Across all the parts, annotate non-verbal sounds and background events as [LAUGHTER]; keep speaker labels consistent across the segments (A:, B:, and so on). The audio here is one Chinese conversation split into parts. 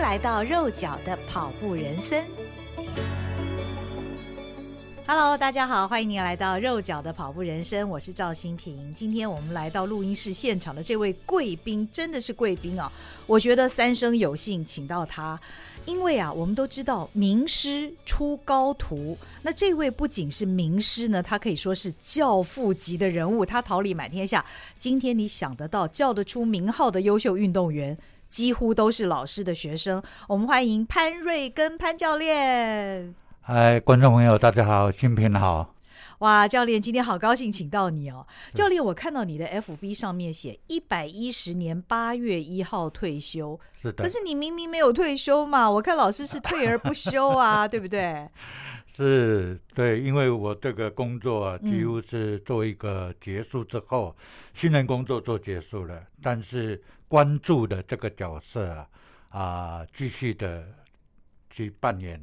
A: 来到肉脚的跑步人生。Hello，大家好，欢迎您来到肉脚的跑步人生，我是赵新平。今天我们来到录音室现场的这位贵宾，真的是贵宾啊！我觉得三生有幸请到他，因为啊，我们都知道名师出高徒，那这位不仅是名师呢，他可以说是教父级的人物，他桃李满天下。今天你想得到叫得出名号的优秀运动员，几乎都是老师的学生。我们欢迎潘瑞跟潘教练。
B: 嗨，观众朋友，大家好，新平好。
A: 哇，教练，今天好高兴请到你哦！教练，我看到你的 FB 上面写一百一十年八月一号退休，
B: 是的
A: 可，是你明明没有退休嘛！我看老师是退而不休
B: [LAUGHS]
A: 啊，对不对？
B: 是，对，因为我这个工作啊，
A: 嗯
B: 几乎是做一个结束之后，新人工作做结束了，但是关注的这个角色啊，啊，继续的去扮演，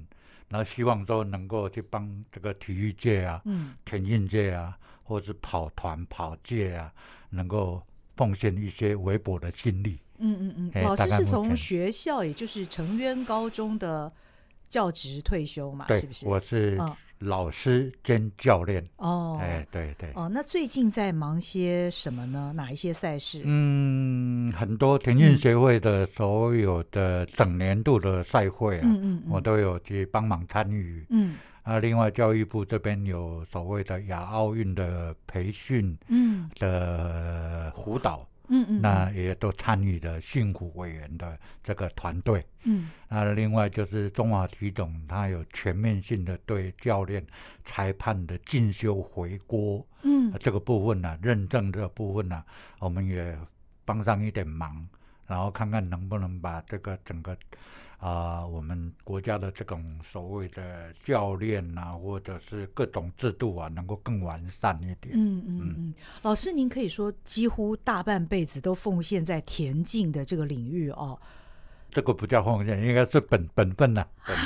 B: 然后希望说能够去帮这个体育界啊、
A: 嗯，
B: 田径界啊，或是跑团、跑界啊，能够奉献一些微薄的心力。
A: 嗯嗯嗯，
B: 哎
A: 老师
B: 大概
A: 是
B: 目
A: 从
B: 前
A: 学校，也就是成渊高中的教职退休嘛，
B: 对，
A: 啊是不是？
B: 我是
A: 嗯
B: 老师兼教练。
A: 哦，
B: 哎，对对，
A: 哦，那最近在忙些什么呢？哪一些赛事？
B: 嗯，很多
A: 嗯
B: 田径协会的所有的整年度的赛会啊，
A: 嗯嗯，
B: 我都有去帮忙参与。
A: 嗯
B: 啊，另外教育部这边有所谓的亚奥运的培训
A: 嗯
B: 的辅导，
A: 嗯嗯，
B: 那也都参与了训辅委员的这个团队。
A: 嗯
B: 那另外就是中华体总，它有全面性的对教练、裁判的进修回锅。
A: 嗯
B: 啊这个部分呢、认证这个部分呢、啊我们也帮上一点忙，然后看看能不能把这个整个啊、我们国家的这种所谓的教练啊，或者是各种制度啊，能够更完善一点。
A: 嗯嗯嗯，老师，您可以说几乎大半辈子都奉献在田径的这个领域
B: [LAUGHS]
A: 哦。
B: 这个不叫奉献，应该是本本分呐、本
A: [LAUGHS]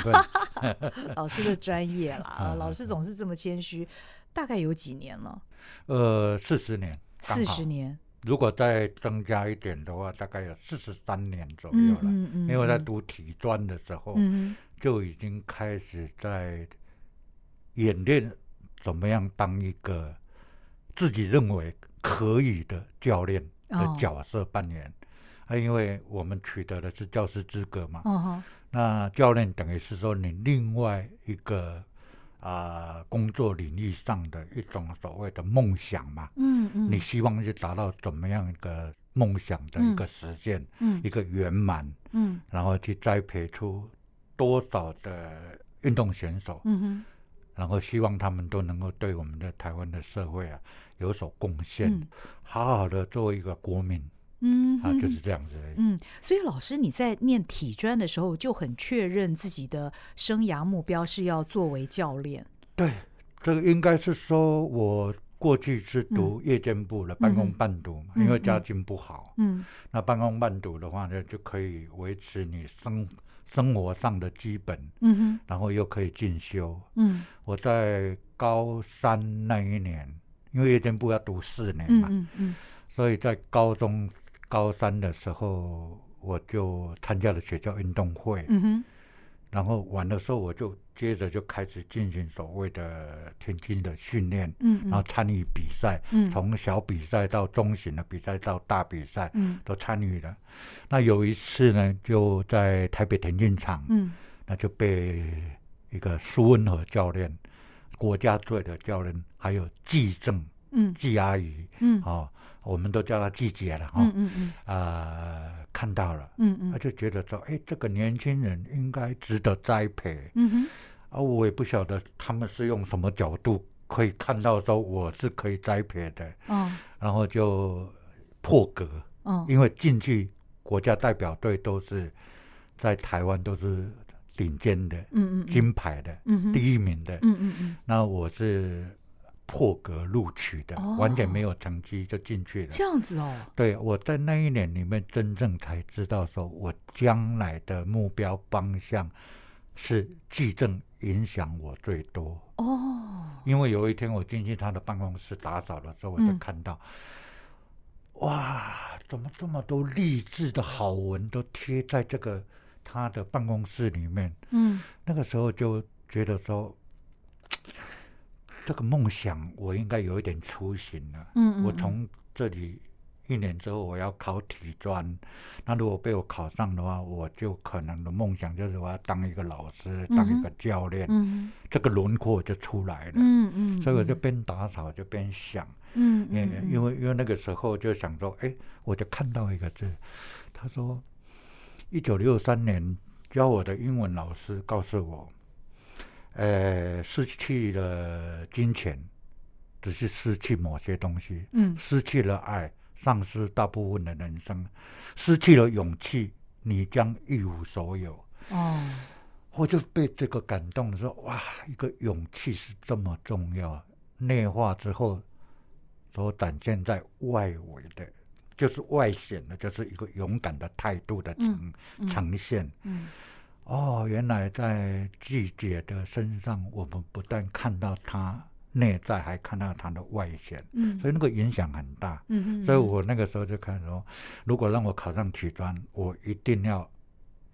B: 分。
A: 老师的专业
B: [LAUGHS]
A: 啦，啊
B: 啊
A: 老师总是这么谦虚。大概有几年了？
B: 呃，四十年，刚
A: 四
B: 好
A: 十。年
B: 如果再增加一点的话，大概有四十三年左右
A: 嗯
B: 了。
A: 嗯嗯，
B: 因为我在
A: 嗯
B: 读体专的时候，
A: 嗯
B: 就已经开始在演练怎么样当一个自己认为可以的教练
A: 哦
B: 的角色扮演。啊，因为我们取得的是教师资格嘛，
A: 哦哈
B: 那教练等于是说你另外一个啊、工作领域上的一种所谓的梦想嘛，
A: 嗯嗯，
B: 你希望去达到怎么样一个梦想的一个实现，
A: 嗯
B: 一个圆满，
A: 嗯
B: 然后去栽培出多少的运动选手，
A: 嗯哼
B: 然后希望他们都能够对我们的台湾的社会啊有所贡献，
A: 嗯
B: 好好的做一个国民
A: 嗯
B: 啊，
A: 哼
B: 就是这样子而已。
A: 嗯，所以老师你在念体专的时候就很确认自己的生涯目标是要作为教练。
B: 对，这个应该是说我过去是读夜间部的、半工半读嘛，
A: 嗯
B: 因为家境不好，
A: 嗯
B: 那半工半读的话呢，就可以维持你生生活上的基本，
A: 嗯哼
B: 然后又可以进修。
A: 嗯
B: 我在高三那一年，因为夜间部要读四年
A: 嗯
B: 嘛，
A: 嗯嗯
B: 所以在高中高三的时候，我就参加了学校运动会，
A: 嗯哼
B: 然后晚的时候我就接着就开始进行所谓的田径的训练，
A: 嗯
B: 然后参与比赛，
A: 嗯
B: 从小比赛到中型的比赛到大比赛。
A: 嗯
B: 都参与了。那有一次呢，就在台北田径场，
A: 嗯
B: 那就被一个苏文和教练、国家队的教练，还有季正
A: 嗯
B: 季阿姨，
A: 嗯
B: 哦，我们都叫她季姐了哈、
A: 嗯
B: 哦
A: 嗯
B: 呃，看到了，
A: 嗯
B: 他
A: 嗯
B: 就觉得说，哎，这个年轻人应该值得栽培
A: 嗯哼
B: 啊。我也不晓得他们是用什么角度可以看到说我是可以栽培的，
A: 哦
B: 然后就破格，
A: 哦
B: 因为进去国家代表队都是在台湾都是顶尖的、
A: 嗯嗯
B: 金牌的、
A: 嗯哼
B: 第一名的，
A: 嗯嗯嗯
B: 那我是破格录取的，
A: 哦
B: 完全没有成绩就进去了。
A: 这样子哦
B: 对，我在那一年里面真正才知道，说我将来的目标方向是技正影响我最多。
A: 哦
B: 因为有一天我进去他的办公室打扫的时候，我就
A: 嗯
B: 看到，哇，怎么这么多励志的好文都贴在这个他的办公室里面，
A: 嗯
B: 那个时候就觉得说，这个梦想我应该有一点雏形了。
A: 嗯，
B: 我
A: 嗯
B: 从这里一年之后我要考体专，那如果被我考上的话，我就可能的梦想就是我要当一个老师，当
A: 嗯
B: 一
A: 哼
B: 个教练，
A: 嗯
B: 这个轮廓就出来了。
A: 嗯嗯，
B: 所以我就边打扫就边想，
A: 嗯
B: 也
A: 嗯
B: 因为因为那个时候就想说，哎，我就看到一个字，他说，一九六三年教我的英文老师告诉我，呃，失去了金钱，只是失去某些东西，
A: 嗯
B: 失去了爱，丧失大部分的人生，失去了勇气，你将一无所有。
A: 哦
B: 我就被这个感动的说，哇，一个勇气是这么重要，内化之后所展现在外围的，就是外显的，就是一个勇敢的态度的呈、
A: 嗯
B: 呈现。
A: 嗯
B: 哦，原来在季姐的身上，我们不但看到她内在，还看到她的外显，
A: 嗯，
B: 所以那个影响很大。
A: 嗯嗯，
B: 所以我那个时候就看说，如果让我考上体专，我一定要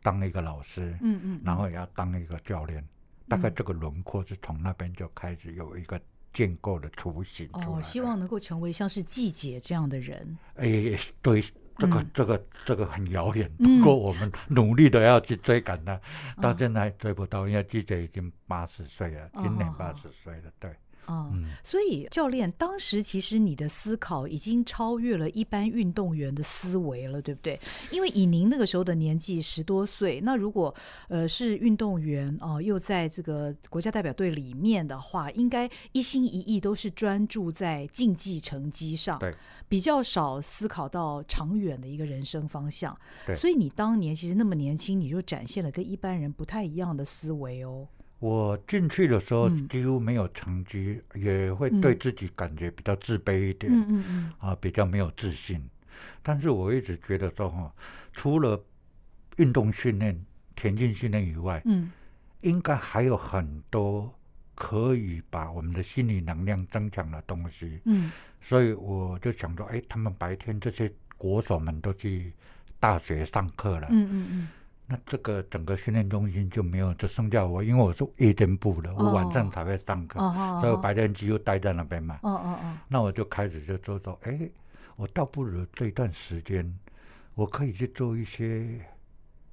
B: 当一个老师。
A: 嗯嗯，
B: 然后也要当一个教练，大概这个轮廓是从那边就开始有一个建构的雏形出来了。
A: 哦，希望能够成为像是季姐这样的人，
B: 哎，也是对这个、
A: 嗯
B: 这个这个很遥远，
A: 嗯
B: 不过我们努力的要去追赶它，到现在还追不到，因为记者已经八十岁了，
A: 哦
B: 今年
A: 好好
B: 八十岁了，对，
A: 哦，
B: 嗯，
A: 所以教练，当时其实你的思考已经超越了一般运动员的思维了，对不对？因为以您那个时候的年纪十多岁，那如果呃是运动员哦、又在这个国家代表队里面的话，应该一心一意都是专注在竞技成绩上，
B: 对，
A: 比较少思考到长远的一个人生方向。
B: 对
A: 所以你当年其实那么年轻，你就展现了跟一般人不太一样的思维哦。
B: 我进去的时候
A: 嗯
B: 几乎没有成绩，也会
A: 嗯
B: 对自己感觉比较自卑一点。
A: 嗯嗯嗯
B: 啊，比较没有自信。但是我一直觉得说哈，除了运动训练、田径训练以外，
A: 嗯
B: 应该还有很多可以把我们的心理能量增强的东西。
A: 嗯
B: 所以我就想说，哎，他们白天这些国手们都去大学上课了，
A: 嗯嗯嗯，
B: 那这个整个训练中心就没有，就剩下我，因为我是夜间部的，我晚上
A: 哦
B: 才会上课，
A: 哦哦，
B: 所以我
A: 哦
B: 白天几乎待在那边嘛。
A: 哦哦哦，
B: 那我就开始就做做，哎，我倒不如这段时间，我可以去做一些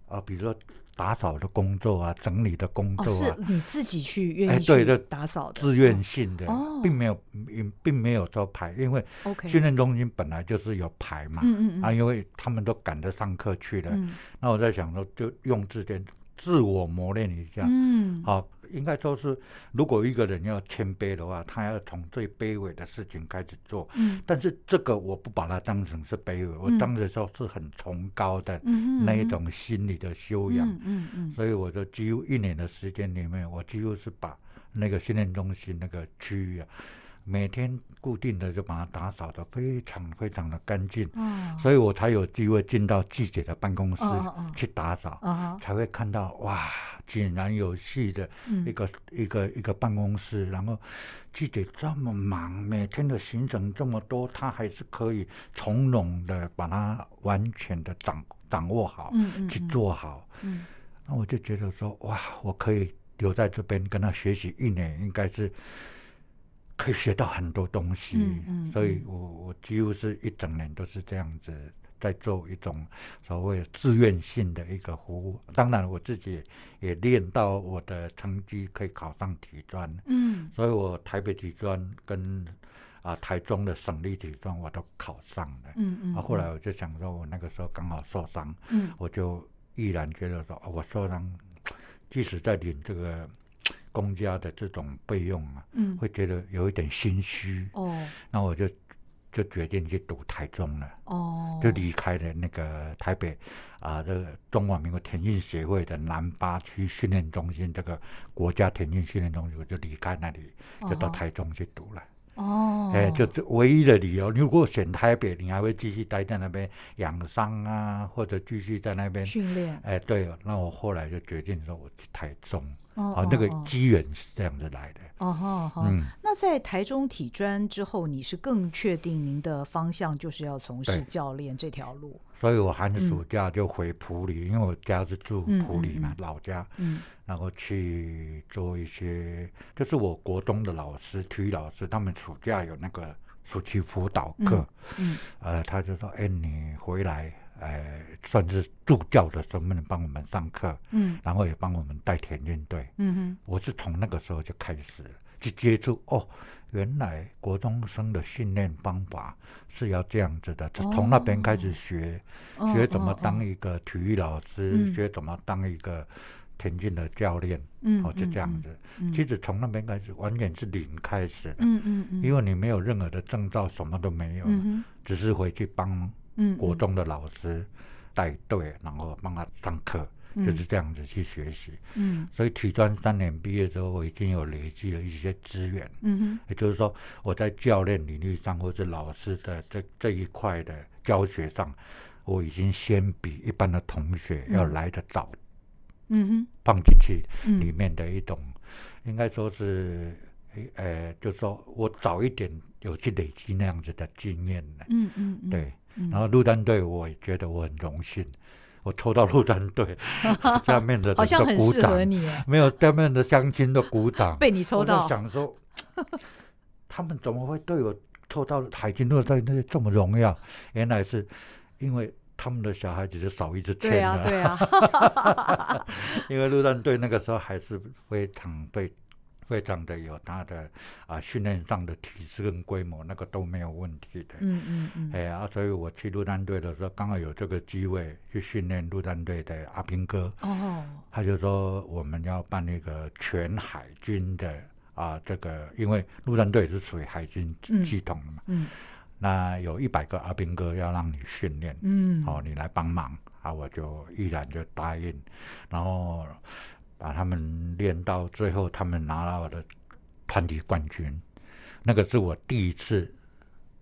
B: 啊，比如说打扫的工作啊，整理的工
A: 哦，
B: 作
A: 是
B: 啊，
A: 你自己去愿
B: 哎
A: 意
B: 对
A: 去
B: 这
A: 打扫的，
B: 自愿性的，
A: 哦
B: 并没有并并没有说排，因为
A: OK，
B: 训练中心本来就是有排嘛，
A: 嗯嗯嗯
B: 啊，因为他们都赶着上课去了，
A: 嗯
B: 那我在想说，就用这点自我磨练一下。
A: 嗯，
B: 好、应该说是，如果一个人要谦卑的话，他要从最卑微的事情开始做。
A: 嗯
B: 但是这个我不把它当成是卑微，我
A: 嗯
B: 当时说是很崇高的
A: 嗯嗯
B: 那一种心理的修养，
A: 嗯嗯嗯
B: 所以我就几乎一年的时间里面，我几乎是把那个训练中心那个区域啊，每天固定的就把它打扫的非常非常的干净，
A: 哦
B: 所以我才有机会进到季姐的办公室
A: 哦哦哦
B: 去打扫。
A: 啊哈
B: 才会看到哇，井然有序的一
A: 嗯
B: 个、一个一个办公室，然后记者这么忙，每天的行程这么多，他还是可以从容的把它完全的掌掌握好，
A: 嗯嗯
B: 去
A: 嗯
B: 做好。
A: 嗯
B: 那我就觉得说哇，我可以留在这边跟他学习一年，应该是。可以学到很多东西，
A: 嗯嗯
B: 所以
A: 嗯
B: 我我几乎是一整年都是这样子在做一种所谓自愿性的一个服务。当然，我自己也也练到我的成绩可以考上体专，
A: 嗯
B: 所以我台北体专跟啊、台中的省立体专我都考上了。
A: 嗯嗯，
B: 啊，后来我就想说，我那个时候刚好受伤，
A: 嗯
B: 我就毅然觉得说，啊，我受伤，即使在领这个公家的这种费用啊，
A: 嗯
B: 会觉得有一点心虚，
A: 哦
B: 那我就就决定去读台中了。
A: 哦，
B: 就离开了那个台北啊、这个中华民国田径协会的南八区训练中心，这个国家田径训练中心，我就离开那里，就到
A: 哦
B: 台中去读了。
A: 哦，
B: 哎、就这唯一的理由。如果选台北，你还会继续待在那边养伤啊，或者继续在那边。
A: 训练
B: 哎，对，那我后来就决定说，我去台中，
A: 哦
B: 啊，那个
A: 哦
B: 机缘是这样子来的。
A: 哦哦哦
B: 嗯，
A: 那在台中体专之后，你是更确定您的方向就是要从事
B: 对
A: 教练这条路？
B: 所以我寒暑假就回埔里，因为我家是住
A: 嗯
B: 埔里嘛，
A: 嗯
B: 老家，
A: 嗯
B: 然后去做一些，就是我国中的老师，体育老师，他们暑假有那个暑期辅导课，
A: 嗯
B: 呃，他就说，哎，你回来，呃，算是助教的身份帮我们上课，
A: 嗯
B: 然后也帮我们带田径队。
A: 嗯哼
B: 我是从那个时候就开始去接触哦，原来国中生的训练方法是要这样子的，就从那边开始学，
A: 哦
B: 学怎么
A: 哦
B: 当一个体育老师，
A: 嗯
B: 学怎么当一个田径的教练，
A: 嗯
B: 哦，就
A: 嗯
B: 这样子。
A: 嗯
B: 其实从那边开始，完全是零开始的，
A: 嗯嗯嗯，
B: 因
A: 为
B: 为你没有任何的证照，什么都没有，
A: 嗯哼
B: 只是回去帮
A: 嗯
B: 国中的老师带队，然后帮他上课，就是这样子去学习。
A: 嗯
B: 所以体专三年毕业之后，我已经有累积了一些资源，
A: 嗯哼
B: 也就是说，我在教练领域上或者老师的这这一块的教学上，我已经先比一般的同学要来得早，
A: 嗯哼
B: 放进去
A: 嗯
B: 里面的一种，应该说是，呃，就是说我早一点有去累积那样子的经验了，
A: 嗯嗯嗯，
B: 对。
A: 嗯
B: 然后陆战队，我也觉得我很荣幸，我抽到陆战
A: [LAUGHS]
B: 队下面的人
A: 好像
B: 都
A: 很
B: 鼓
A: 适合
B: 掌。
A: 你耶，，
B: [LAUGHS] 没有对面的乡亲都鼓掌
A: 被你抽
B: 我就
A: 到，
B: 想说他们怎么会对我抽到海军陆战队这么荣耀？ [LAUGHS] 原来是因为他们的小孩子就少一支
A: 对
B: 签
A: 啊
B: 了，
A: 对啊，
B: [LAUGHS] 因为陆战队那个时候还是非常被。非常的有他的啊训练上的体式跟规模，那个都没有问题的。
A: 嗯嗯嗯
B: 哎呀、啊所以我去陆战队的时候，刚好有这个机会去训练陆战队的阿兵哥。
A: 哦
B: 他就说我们要办那个全海军的啊，这个因为陆战队也是属于海军
A: 嗯
B: 系统的嘛，
A: 嗯
B: 那有一百个阿兵哥要让你训练，
A: 嗯
B: 哦，你来帮忙啊，我就毅然就答应，然后把他们练到最后，他们拿到了团体冠军，那个是我第一次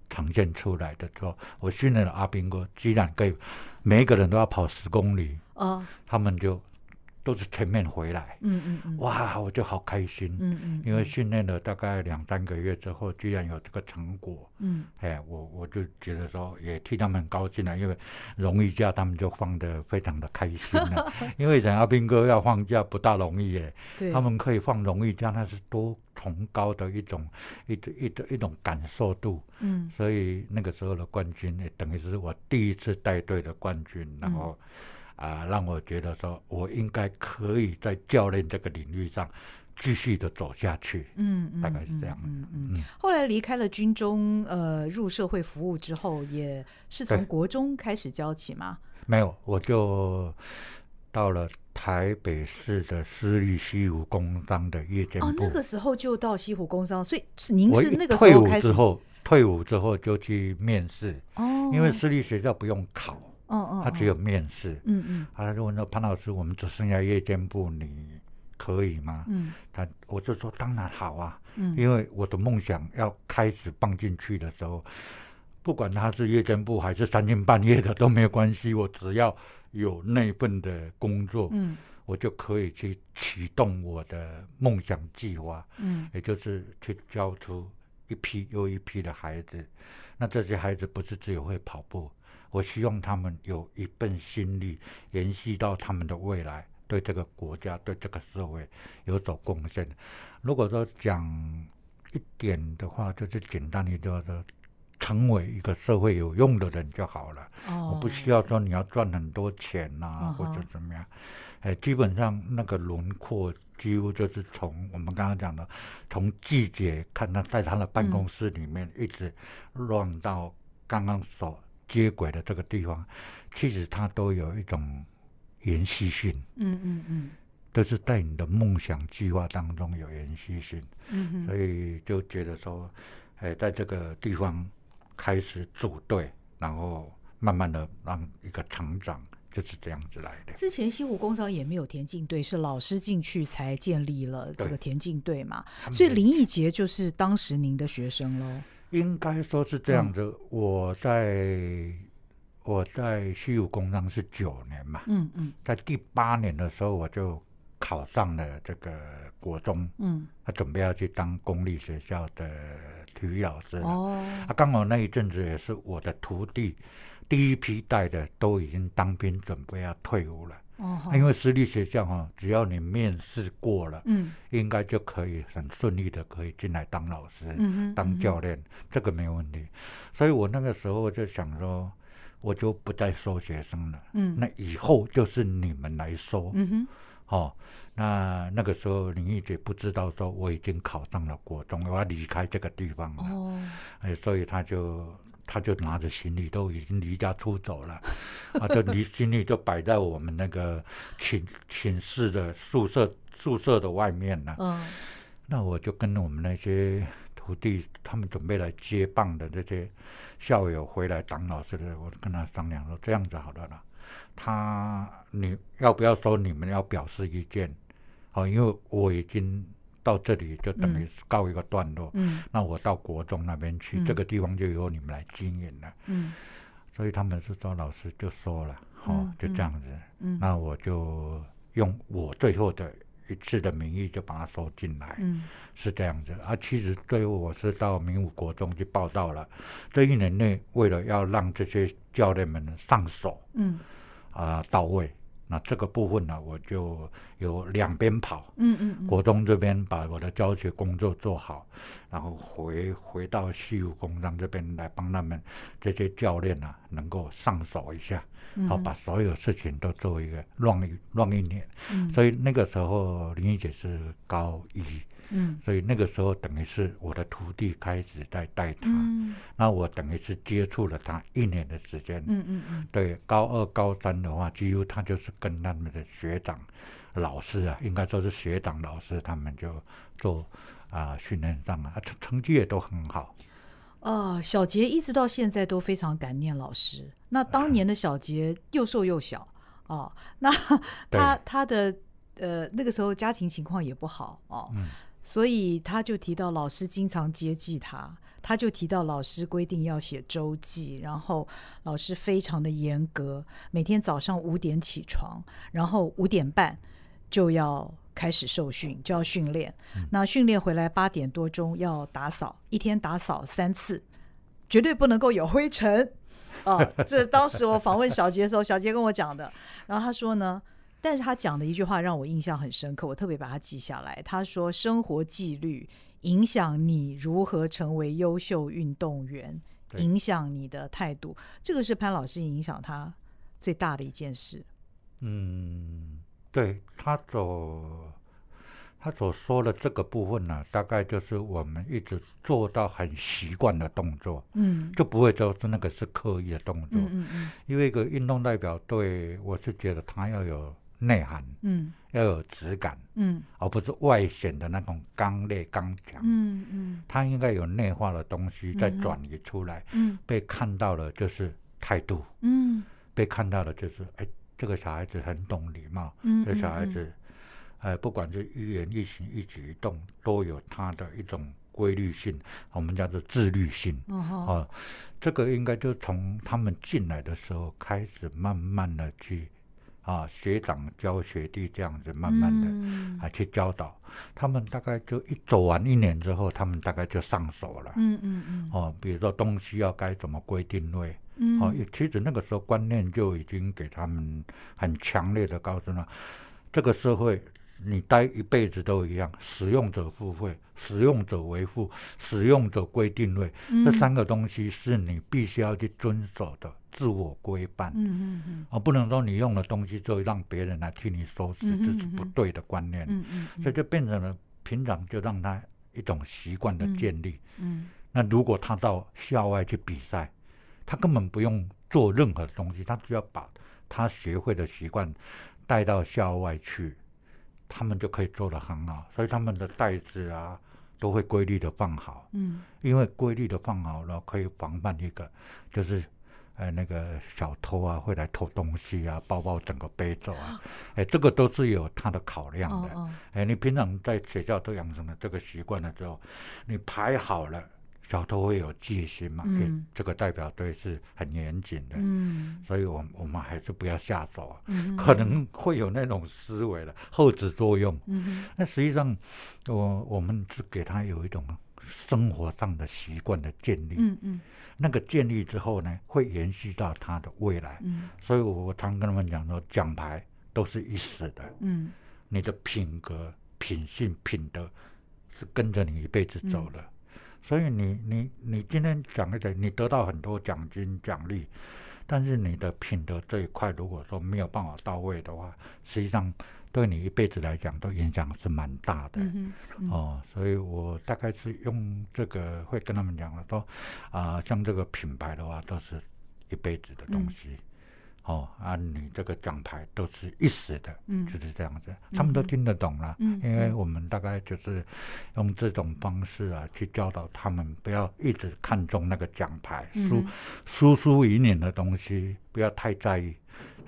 B: 呈现出来的，说我训练了阿兵哥，居然可以每一个人都要跑十公里，
A: 哦
B: 他们就都是全面回来，
A: 嗯嗯嗯
B: 哇，我就好开心，
A: 嗯嗯，
B: 因为训练了大概两三个月之后，居然有这个成果，
A: 嗯
B: 哎，我我就觉得说也替他们很高兴了，因为荣誉假他们就放得非常的开心
A: [LAUGHS]
B: 了，因为人阿兵哥要放假不大容易耶，
A: 对
B: 他们可以放荣誉假，那是多崇高的一种一种一种一种感受度，
A: 嗯
B: 所以那个时候的冠军也等于是我第一次带队的冠军，然
A: 嗯
B: 后啊、让我觉得说我应该可以在教练这个领域上继续的走下去。
A: 嗯嗯，
B: 大概是这样
A: 嗯嗯嗯
B: 嗯
A: 后来离开了军中，呃，入社会服务之后，也是从
B: 对
A: 国中开始教起嘛。
B: 没有，我就到了台北市的私立西湖工商的夜间部。
A: 哦，那个时候就到西湖工商，所以是您
B: 我
A: 是
B: 一
A: 那个时
B: 退
A: 候
B: 伍
A: 开始
B: 之后，退伍之后就去面试，
A: 哦，
B: 因为私立学校不用考，
A: 嗯嗯，
B: 他只有面试。
A: 嗯嗯
B: 他就问说：“潘老师，我们只剩下夜间部，你可以吗？”
A: 嗯
B: 他我就说当然好啊，
A: 嗯
B: 因为我的梦想要开始放进去的时候，不管他是夜间部还是三更半夜的都没有关系，我只要有那份的工作，
A: 嗯
B: 我就可以去启动我的梦想计划，
A: 嗯
B: 也就是去教出一批又一批的孩子。那这些孩子不是只有会跑步，我希望他们有一份心力，延续到他们的未来，对这个国家、对这个社会有所贡献。如果说讲一点的话，就是简单一点的。成为一个社会有用的人就好了，
A: 哦，
B: 我不需要说你要赚很多钱呐、
A: 嗯
B: 或
A: 哼
B: 者怎么样。哎，基本上那个轮廓几乎就是从我们刚刚讲的，从季节看他在他的办公室里面一直乱到刚刚所接轨的这个地方，其实它都有一种延续性，
A: 嗯嗯嗯
B: 都是在你的梦想计划当中有延续性，
A: 嗯哼
B: 所以就觉得说，哎，在这个地方开始组队，然后慢慢的让一个成长，就是这样子来的。
A: 之前西湖工商也没有田径队，是老师进去才建立了这
B: 对
A: 个田径队嘛。
B: 他们
A: 所以
B: 是
A: 林奕杰就是当时您的学生喽。
B: 应该说是这样子，我在我在西武工商是九年嘛，
A: 嗯嗯
B: 在第八年的时候我就考上了这个国中，
A: 嗯，
B: 他准备要去当公立学校的体育老师了。
A: 哦，
B: 啊，刚好那一阵子也是我的徒弟第一批带的都已经当兵，准备要退伍了。
A: 哦，好
B: 啊因为私立学校哈、只要你面试过了，
A: 嗯
B: 应该就可以很顺利的可以进来当老师。
A: 嗯哼，
B: 当
A: 嗯
B: 教练，这个没有问题。所以我那个时候就想说，我就不再收学生了，
A: 嗯
B: 那以后就是你们来收。
A: 嗯哼，
B: 哦，那那个时候林玉姐不知道说我已经考上了国中，我要离开这个地方了，
A: 哦，
B: 哎，所以她就。她就拿着行李，都已经离家出走了，啊，就离行李就摆在我们那个寝寝室的宿舍宿舍的外面了。
A: 嗯
B: 那我就跟我们那些徒弟，他们准备来接棒的这些校友回来当老师的，我就跟他商量说，这样子好了啦，他你要不要说你们要表示意见？哦，因为我已经到这里，就等于是告一个段落。
A: 嗯
B: 那我到国中那边去，
A: 嗯
B: 这个地方就由你们来经营了。
A: 嗯
B: 所以他们是说老师就说了，哦
A: 嗯，
B: 就这样子。
A: 嗯
B: 那我就用我最后的一次的名义就把他收进来。
A: 嗯
B: 是这样子啊。其实最后我是到明武国中去报道了，这一年内为了要让这些教练们上手
A: 嗯
B: 啊、到位，那这个部分呢，我就有两边跑。
A: 嗯嗯，
B: 国中这边把我的教学工作做好，然后回回到西武工商这边来帮他们这些教练啊，能够上手一下，
A: 嗯
B: 好、把所有事情都做一个乱一乱一年。
A: 嗯
B: 所以那个时候林怡姐是高一，
A: 嗯
B: 所以那个时候等于是我的徒弟开始在带他，
A: 嗯
B: 那我等于是接触了他一年的时间。
A: 嗯嗯嗯
B: 对，高二、高三的话，几乎他就是跟他们的学长、老师啊，应该说是学长、老师，他们就做啊、训练上啊，啊成成绩也都很好。
A: 哦，小杰一直到现在都非常感念老师。那当年的小杰又瘦又小哦，那他他的呃那个时候家庭情况也不好哦，
B: 嗯
A: 所以他就提到老师经常接济他，他就提到老师规定要写周记，然后老师非常的严格，每天早上五点起床，然后五点半就要开始受训，就要训练。那训练回来八点多钟要打扫，一天打扫三次，绝对不能够有灰尘。 [LAUGHS] 哦，这当时我访问小杰的时候，小杰跟我讲的，然后他说呢，但是他讲的一句话让我印象很深刻，我特别把它记下来。他说：“生活纪律影响你如何成为优秀运动员，
B: 对
A: 影响你的态度。”这个是潘老师影响他最大的一件事。
B: 嗯，对他所他所说的这个部分呢、大概就是我们一直做到很习惯的动作，
A: 嗯
B: 就不会说是那个是刻意的动作。
A: 嗯嗯嗯
B: 因为一个运动代表队，我是觉得他要有内涵，
A: 嗯
B: 要有质感，
A: 嗯
B: 而不是外显的那种刚烈刚强。
A: 嗯嗯
B: 他应该有内化的东西再
A: 嗯哼
B: 转移出来，
A: 嗯
B: 被看到了就是态度，
A: 嗯
B: 被看到了就是哎，这个小孩子很懂礼貌，
A: 嗯，
B: 这小孩子，呃，不管是一言一行、一举一动，都有他的一种规律性，我们叫做自律性。
A: 嗯，嗯哦吼，
B: 哦，这个应该就从他们进来的时候开始，慢慢的去啊，学长教学弟这样子，慢慢的、
A: 嗯
B: 啊去教导他们。大概就一走完一年之后，他们大概就上手了。
A: 嗯嗯
B: 哦，比如说东西要该怎么归定位，
A: 嗯，
B: 哦，也其实那个时候观念就已经给他们很强烈的告诉了，这个社会你待一辈子都一样，使用者付费，使用者维护，使用者规定位，
A: 嗯
B: 这三个东西是你必须要去遵守的自我规范。
A: 嗯嗯嗯
B: 啊，不能说你用的东西就让别人来替你收拾，
A: 嗯哼
B: 这是不
A: 嗯哼
B: 对的观念。
A: 嗯嗯嗯，
B: 所以就变成了平常就让他一种习惯的
A: 嗯
B: 建立。
A: 嗯
B: 那如果他到校外去比赛，他根本不用做任何东西，他只要把他学会的习惯带到校外去，他们就可以做得很好。所以他们的袋子啊，都会规律的放好，
A: 嗯
B: 因为规律的放好了，可以防范一个就是。呃，那个小偷啊，会来偷东西啊，包包整个背走啊，哎，这个都是有他的考量
A: 哦
B: 的。
A: 哦，
B: 哎，你平常在学校都养成了这个习惯了之后，你排好了，小偷会有戒心嘛，
A: 嗯
B: 给这个代表队是很严谨的，
A: 嗯
B: 所以我们我们还是不要下手，啊
A: 嗯哼
B: 可能会有那种思维了，后置作用。
A: 嗯
B: 那实际上，我我们是给他有一种生活上的习惯的建立，
A: 哼嗯
B: 那个建立之后呢，会延续到他的未来。
A: 嗯
B: 所以我常跟他们讲说，奖牌都是一时的，
A: 嗯
B: 你的品格、品性、品德是跟着你一辈子走的。
A: 嗯
B: 所以你你你今天讲一点，你得到很多奖金奖励，但是你的品德这一块如果说没有办法到位的话，实际上对你一辈子来讲都影响是蛮大的。
A: 嗯哼
B: 哦，所以我大概是用这个会跟他们讲了，说啊、像这个品牌的话，都是一辈子的东
A: 嗯
B: 西。哦，啊，你这个奖牌都是一时的，
A: 嗯
B: 就是这样子，他们都
A: 嗯哼
B: 听得懂了。
A: 嗯
B: 因为
A: 嗯
B: 我们大概就是用这种方式啊，去教导他们不要一直看重那个奖牌，输
A: 嗯
B: 输输赢赢的东西不要太在意。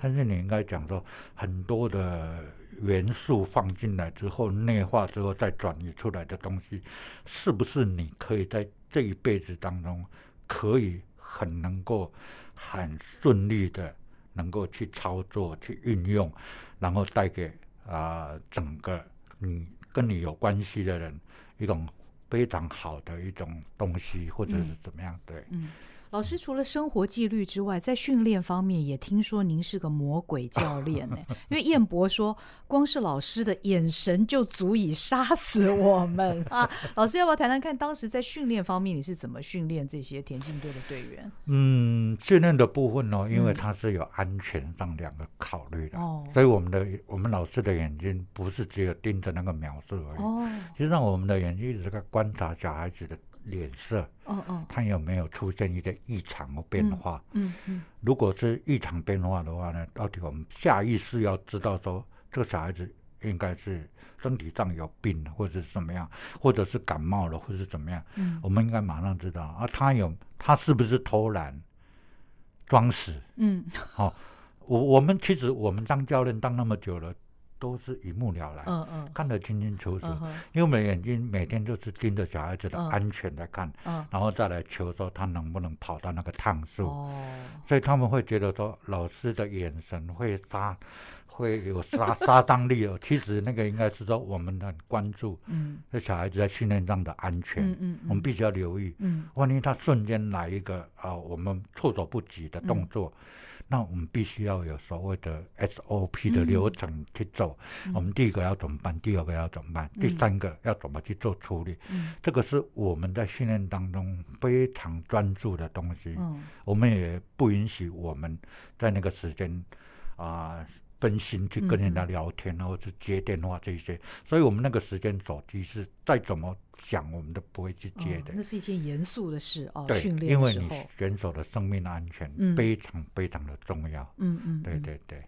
B: 但是你应该讲说，很多的元素放进来之后，内化之后再转移出来的东西，是不是你可以在这一辈子当中，可以很能够很顺利的能够去操作、去运用，然后带给啊、整个你跟你有关系的人一种非常好的一种东西，或者是
A: 嗯
B: 怎么样？对。
A: 嗯，老师除了生活纪律之外，在训练方面也听说您是个魔鬼教练呢、 [LAUGHS] 因为燕博说，光是老师的眼神就足以杀死我们 [LAUGHS] 啊！老师，要不要谈谈看当时在训练方面你是怎么训练这些田径队的队员？
B: 嗯，训练的部分呢、因为
A: 嗯
B: 它是有安全上两个考虑的，
A: 哦
B: 所以我们的我们老师的眼睛不是只有盯着那个描述而已，
A: 哦
B: 其实上我们的眼睛一直在观察小孩子的脸色，
A: 哦哦，
B: 看有没有出现一些异常或变化。
A: 嗯嗯
B: 如果是异常变化的话呢，到底我们下意识要知道说这个小孩子应该是身体上有病了，或者是怎么样，或者是感冒了，或者是怎么样。
A: 嗯
B: 我们应该马上知道啊，他有他是不是偷懒、装死？
A: 嗯
B: 好、我我们其实我们当教练当那么久了，都是一目了然，
A: 嗯嗯
B: 看得清清楚楚。
A: 嗯哼
B: 因为我们眼睛每天都是盯着小孩子的
A: 嗯
B: 安全来看，
A: 嗯
B: 然后再来求说他能不能跑到那个趟数。
A: 哦。
B: 所以他们会觉得说，老师的眼神会杀，会有杀杀伤力哦。其实那个应该是说，我们很关注
A: 嗯
B: 这小孩子在训练上的安全，
A: 嗯嗯
B: 我们必须要留意。
A: 嗯
B: 万一他瞬间来一个啊、我们措手不及的
A: 嗯
B: 动作，那我们必须要有所谓的
A: 嗯
B: SOP 的流程去走。我们第一个要怎么办？第二个要怎么办？第
A: 嗯
B: 三个要怎么去做处理？
A: 嗯
B: 这个是我们在训练当中非常专注的东西。
A: 嗯
B: 我们也不允许我们在那个时间啊、分心去跟人家聊
A: 嗯
B: 天，然后去接电话这些。所以我们那个时间手机是再怎么想，我们都不会去接
A: 嗯
B: 的。
A: 那是一件严肃的事哦。
B: 对，
A: 训练
B: 因
A: 的
B: 为
A: 时
B: 你
A: 候，
B: 选手的生命安全
A: 嗯
B: 非常非常的重要。
A: 嗯嗯，
B: 对
A: 嗯
B: 对对，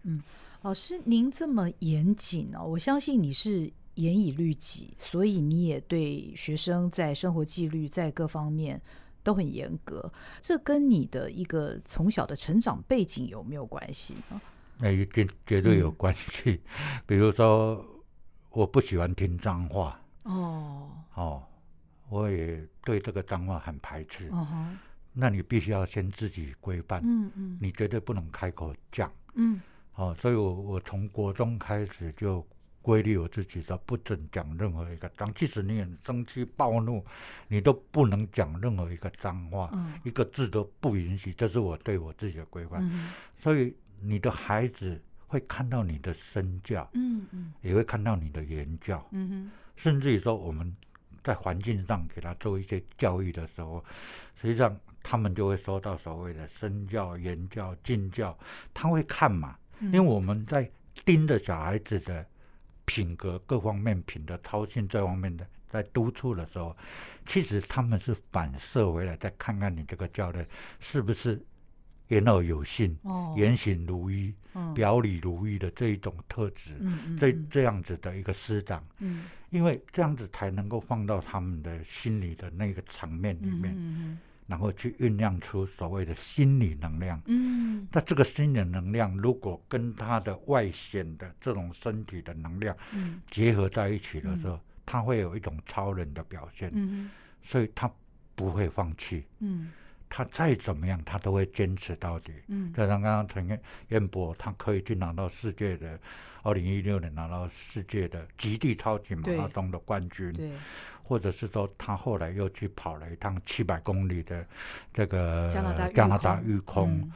A: 老师，您这么严谨哦，我相信你是严以律己，所以你也对学生在生活纪律在各方面都很严格。这跟你的一个从小的成长背景有没有关系呢？
B: 那一定绝对有
A: 嗯
B: 关系。比如说，我不喜欢听脏话
A: 哦，
B: 哦，我也对这个脏话很排斥。
A: 嗯哼，
B: 那你必须要先自己规范，
A: 嗯嗯
B: 你绝对不能开口讲。
A: 嗯
B: 哦，所以我我从国中开始就规律我自己的，不准讲任何一个脏。即使你很生气、暴怒，你都不能讲任何一个脏话，
A: 嗯
B: 一个字都不允许。这是我对我自己的规范。
A: 嗯
B: 所以你的孩子会看到你的身教，
A: 嗯嗯
B: 也会看到你的言教，
A: 嗯
B: 甚至于说我们在环境上给他做一些教育的时候，实际上他们就会收到所谓的身教、言教、敬教，他会看嘛。
A: 哼，
B: 因为我们在盯着小孩子的品格各方面、品德操性这方面的在督促的时候，其实他们是反射回来，再看看你这个教练是不是言而有信、
A: 哦，
B: 言行如一、
A: 嗯
B: 表里如一的这一种特质，
A: 嗯嗯
B: 这
A: 嗯
B: 这样子的一个师长，
A: 嗯
B: 因为这样子才能够放到他们的心理的那个层面里
A: 嗯
B: 面，
A: 嗯
B: 然后去酝酿出所谓的心理能量。
A: 嗯
B: 那这个心理能量如果跟他的外显的这种身体的能量
A: 嗯
B: 结合在一起的时候，他会有一种超人的表现。
A: 嗯
B: 所以他不会放弃，
A: 嗯
B: 他再怎么样，他都会坚持到底。
A: 嗯
B: 就像刚刚陈彦彦博，他可以去拿到世界的，二零一六年拿到世界的极地超级马
A: 对
B: 拉松的冠军，
A: 对，
B: 或者是说他后来又去跑了一趟七百公里的这个
A: 加拿大
B: 加拿大
A: 育嗯
B: 育空，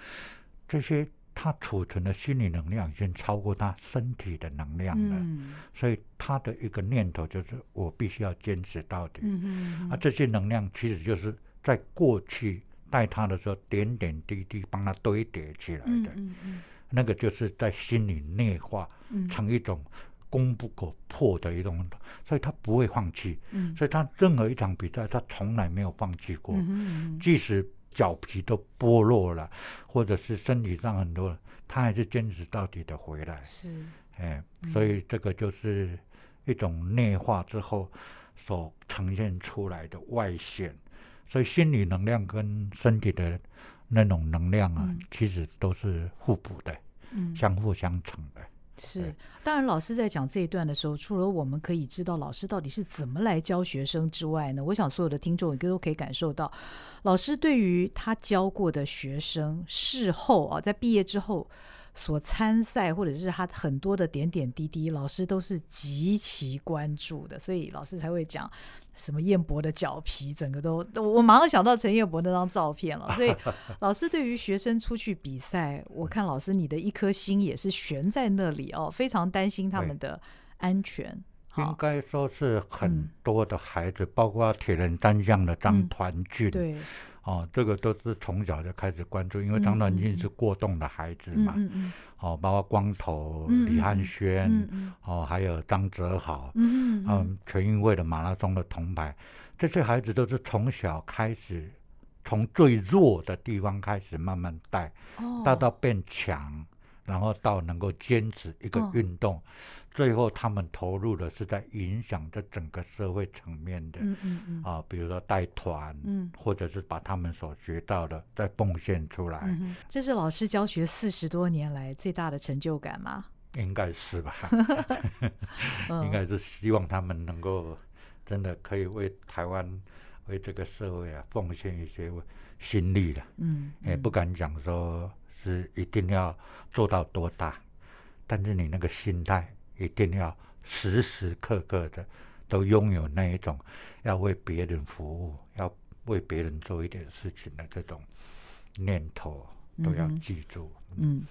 B: 这些他储存的心理能量已经超过他身体的能量了，
A: 嗯
B: 所以他的一个念头就是我必须要坚持到底。
A: 嗯嗯
B: 啊，这些能量其实就是在过去带他的时候，点点滴滴帮他堆叠起来
A: 嗯
B: 的，
A: 嗯嗯
B: 那个就是在心里内化
A: 嗯
B: 成一种攻不可破的一种，所以他不会放弃，
A: 嗯，
B: 所以他任何一场比赛他从来没有放弃过，
A: 嗯
B: 即使脚皮都剥落了，或者是身体上很多，他还是坚持到底的回来。
A: 是
B: 哎，
A: 嗯
B: 所以这个就是一种内化之后所呈现出来的外显，所以心理能量跟身体的那种能量啊，
A: 嗯
B: 其实都是互补的，
A: 嗯
B: 相辅相成的。
A: 是
B: 对，
A: 当然，老师在讲这一段的时候，除了我们可以知道老师到底是怎么来教学生之外呢，我想所有的听众也都可以感受到，老师对于他教过的学生事后啊，在毕业之后所参赛或者是他很多的点点滴滴，老师都是极其关注的，所以老师才会讲。什么彦博的脚皮，整个都我马上想到陈彦博那张照片了。所以老师对于学生出去比赛，我看老师你的一颗心也是悬在那里哦，非常担心他们的安全。
B: 应
A: 好，
B: 该说是很
A: 嗯
B: 多的孩子，包括铁人三项的张
A: 嗯
B: 团俊，
A: 对，
B: 哦，这个都是从小就开始关注，因为
A: 嗯
B: 张
A: 嗯
B: 团俊
A: 嗯
B: 是过动的孩子
A: 嗯
B: 嘛，
A: 嗯嗯
B: 哦，包括光头
A: 嗯
B: 李
A: 嗯
B: 汉
A: 嗯
B: 轩，
A: 嗯嗯
B: 哦，还有张哲豪，
A: 嗯嗯嗯
B: 嗯，全运会的马拉松的铜牌，这些孩子都是从小开始，从最弱的地方开始慢慢带，
A: 哦，
B: 带到变强，然后到能够坚持一个
A: 哦
B: 运动，最后他们投入的是在影响这整个社会层面的
A: 嗯嗯嗯
B: 啊，比如说带团，
A: 嗯
B: 或者是把他们所学到的再奉献出来，
A: 嗯哼，这是老师教学四十多年来最大的成就感吗？
B: 应该是吧？
A: [LAUGHS]
B: [LAUGHS]
A: 嗯，
B: 应该是希望他们能够真的可以为台湾、为这个社会啊奉献一些心力了。
A: 嗯，
B: 也不敢讲说是一定要做到多大，但是你那个心态一定要时时刻刻的都拥有那一种要为别人服务、要为别人做一点事情的这种念头，都要
A: 嗯哼
B: 记住。
A: 嗯，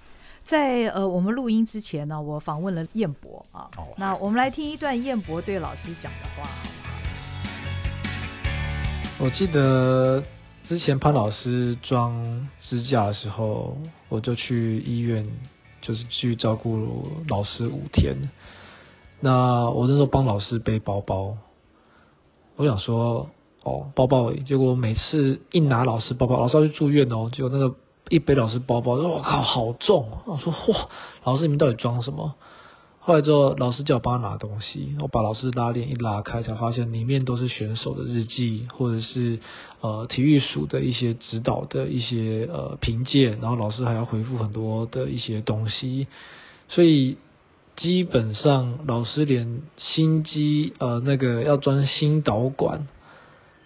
A: 在呃我们录音之前呢，我访问了彦博啊，
B: 哦
A: 那我们来听一段彦博对老师讲的话。
C: 我记得之前潘老师装支架的时候，我就去医院，就是去照顾老师五天。那我那时候帮老师背包包，我想说，哦，包包而已，结果每次一拿老师包包，老师要去住院哦，结果那个一背老师包包，我靠，好重！我说，哇，老师里面到底装什么？后来之后，老师叫我帮他拿东西，我把老师拉链一拉开，才发现里面都是选手的日记，或者是呃体育署的一些指导的一些呃评鉴，然后老师还要回复很多的一些东西，所以基本上老师连心肌呃那个要装心导管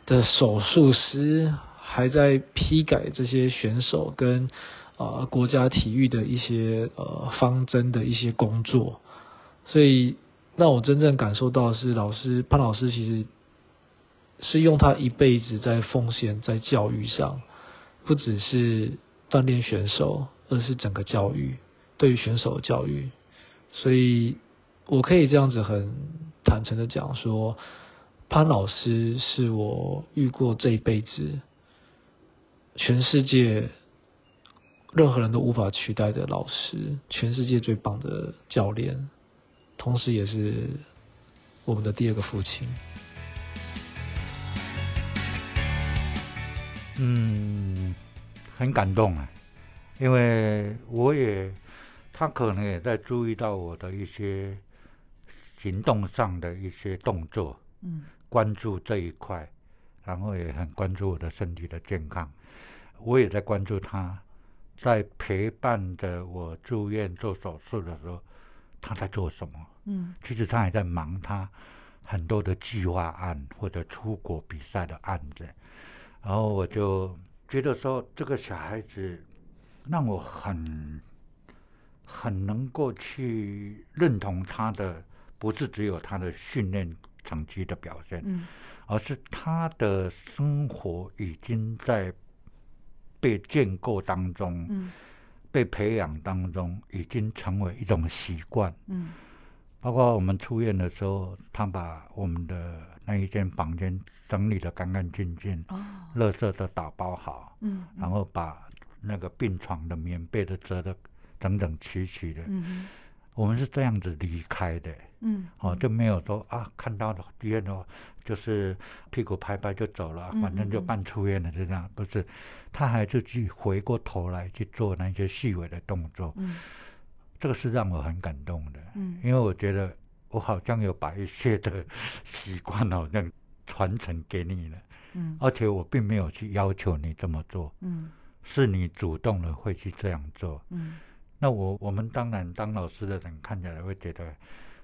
C: 的手术师，还在批改这些选手跟呃国家体育的一些呃方针的一些工作。所以让我真正感受到的是，老师潘老师其实是用他一辈子在奉献在教育上，不只是锻炼选手，而是整个教育对于选手的教育。所以我可以这样子很坦诚的讲说，潘老师是我遇过这一辈子全世界任何人都无法取代的老师，全世界最棒的教练，同时也是我们的第二个父亲。
B: 嗯，很感动啊，因为我也，他可能也在注意到我的一些行动上的一些动作，
A: 嗯
B: 关注这一块，然后也很关注我的身体的健康，我也在关注他，在陪伴着我住院做手术的时候，他在做什么？
A: 嗯
B: 其实他还在忙他很多的计划案或者出国比赛的案子，然后我就觉得说，这个小孩子让我很很能够去认同他的，不是只有他的训练成绩的表现，
A: 嗯
B: 而是他的生活已经在被建构当中，
A: 嗯
B: 被培养当中，已经成为一种习惯。
A: 嗯
B: 包括我们出院的时候，他把我们的那一间房间整理的干干净净，
A: 哦
B: 垃圾都打包好，
A: 嗯
B: 然后把那个病床的棉被都折得整整齐齐的。
A: 嗯哼
B: 我们是这样子离开的，
A: 嗯
B: 哦，就没有说啊，看到了医院哦，就是屁股拍拍就走了，
A: 嗯
B: 反正就
A: 嗯嗯
B: 办出院了，就这样。不是，他还是去回过头来去做那些细微的动作，
A: 嗯
B: 这个是让我很感动的。
A: 嗯
B: 因为我觉得我好像有把一些的 [LAUGHS] 习惯好像传承给你了，
A: 嗯
B: 而且我并没有去要求你这么做，
A: 嗯
B: 是你主动的会去这样做。
A: 嗯
B: 那我我们当然当老师的人看起来会觉得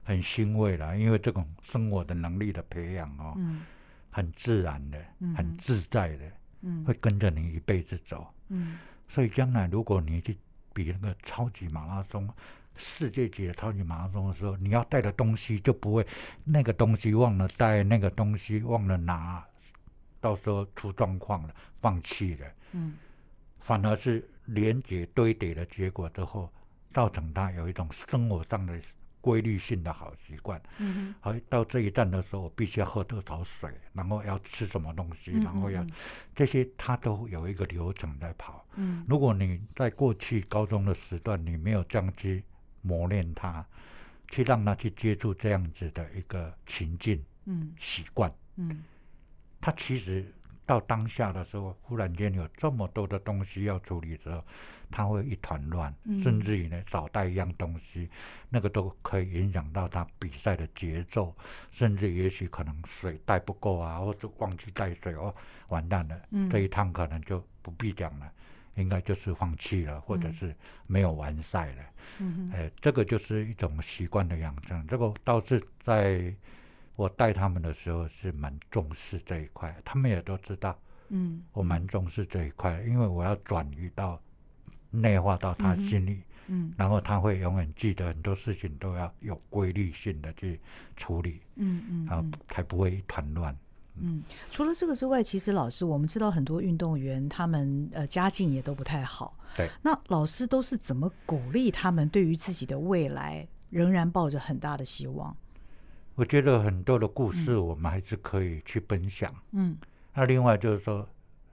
B: 很欣慰啦，因为这种生活的能力的培养哦，
A: 嗯
B: 很自然的
A: 嗯哼，
B: 很自在的，
A: 嗯
B: 会跟着你一辈子走。
A: 嗯
B: 所以将来如果你去比那个超级马拉松、世界级的超级马拉松的时候，你要带的东西就不会那个东西忘了带，那个东西忘了拿，到时候出状况了，放弃了，
A: 嗯
B: 反而是连结堆叠的结果之后，造成他有一种生活上的规律性的好习惯。 [LAUGHS]
A: 嗯
B: 好，到这一站的时候，我必须要喝多少水，然后要吃什么东西，
A: 嗯
B: 然后要
A: 嗯嗯
B: 这些，他都有一个流程在跑。
A: 嗯
B: 如果你在过去高中的时段，你没有这样去磨练他，去让他去接触这样子的一个情境
A: 嗯
B: 习惯，
A: 嗯
B: 他其实到当下的时候，忽然间有这么多的东西要处理的时候，他会一团乱，
A: 嗯
B: 甚至于呢少带一样东西，那个都可以影响到他比赛的节奏，甚至也许可能水带不够啊，或者忘记带水哦，完蛋了，
A: 嗯
B: 这一趟可能就不必讲了。应该就是放弃了，或者
A: 嗯
B: 是没有完赛了。
A: 嗯
B: 哎，这个就是一种习惯的养成。这个倒是在我带他们的时候是蛮重视这一块，他们也都知道
A: 嗯
B: 我蛮重视这一块，因为我要转移到内化到他心里，
A: 嗯
B: 然后他会永远记得很多事情都要有规律性的去处理，
A: 嗯
B: 然后
A: 嗯。
B: 才不会一团乱。
A: 嗯，除了这个之外，其实老师，我们知道很多运动员他们呃家境也都不太好。
B: 对，
A: 那老师都是怎么鼓励他们对于自己的未来仍然抱着很大的希望？
B: 我觉得很多的故事我们还是可以去分享。
A: 嗯
B: 那另外就是说，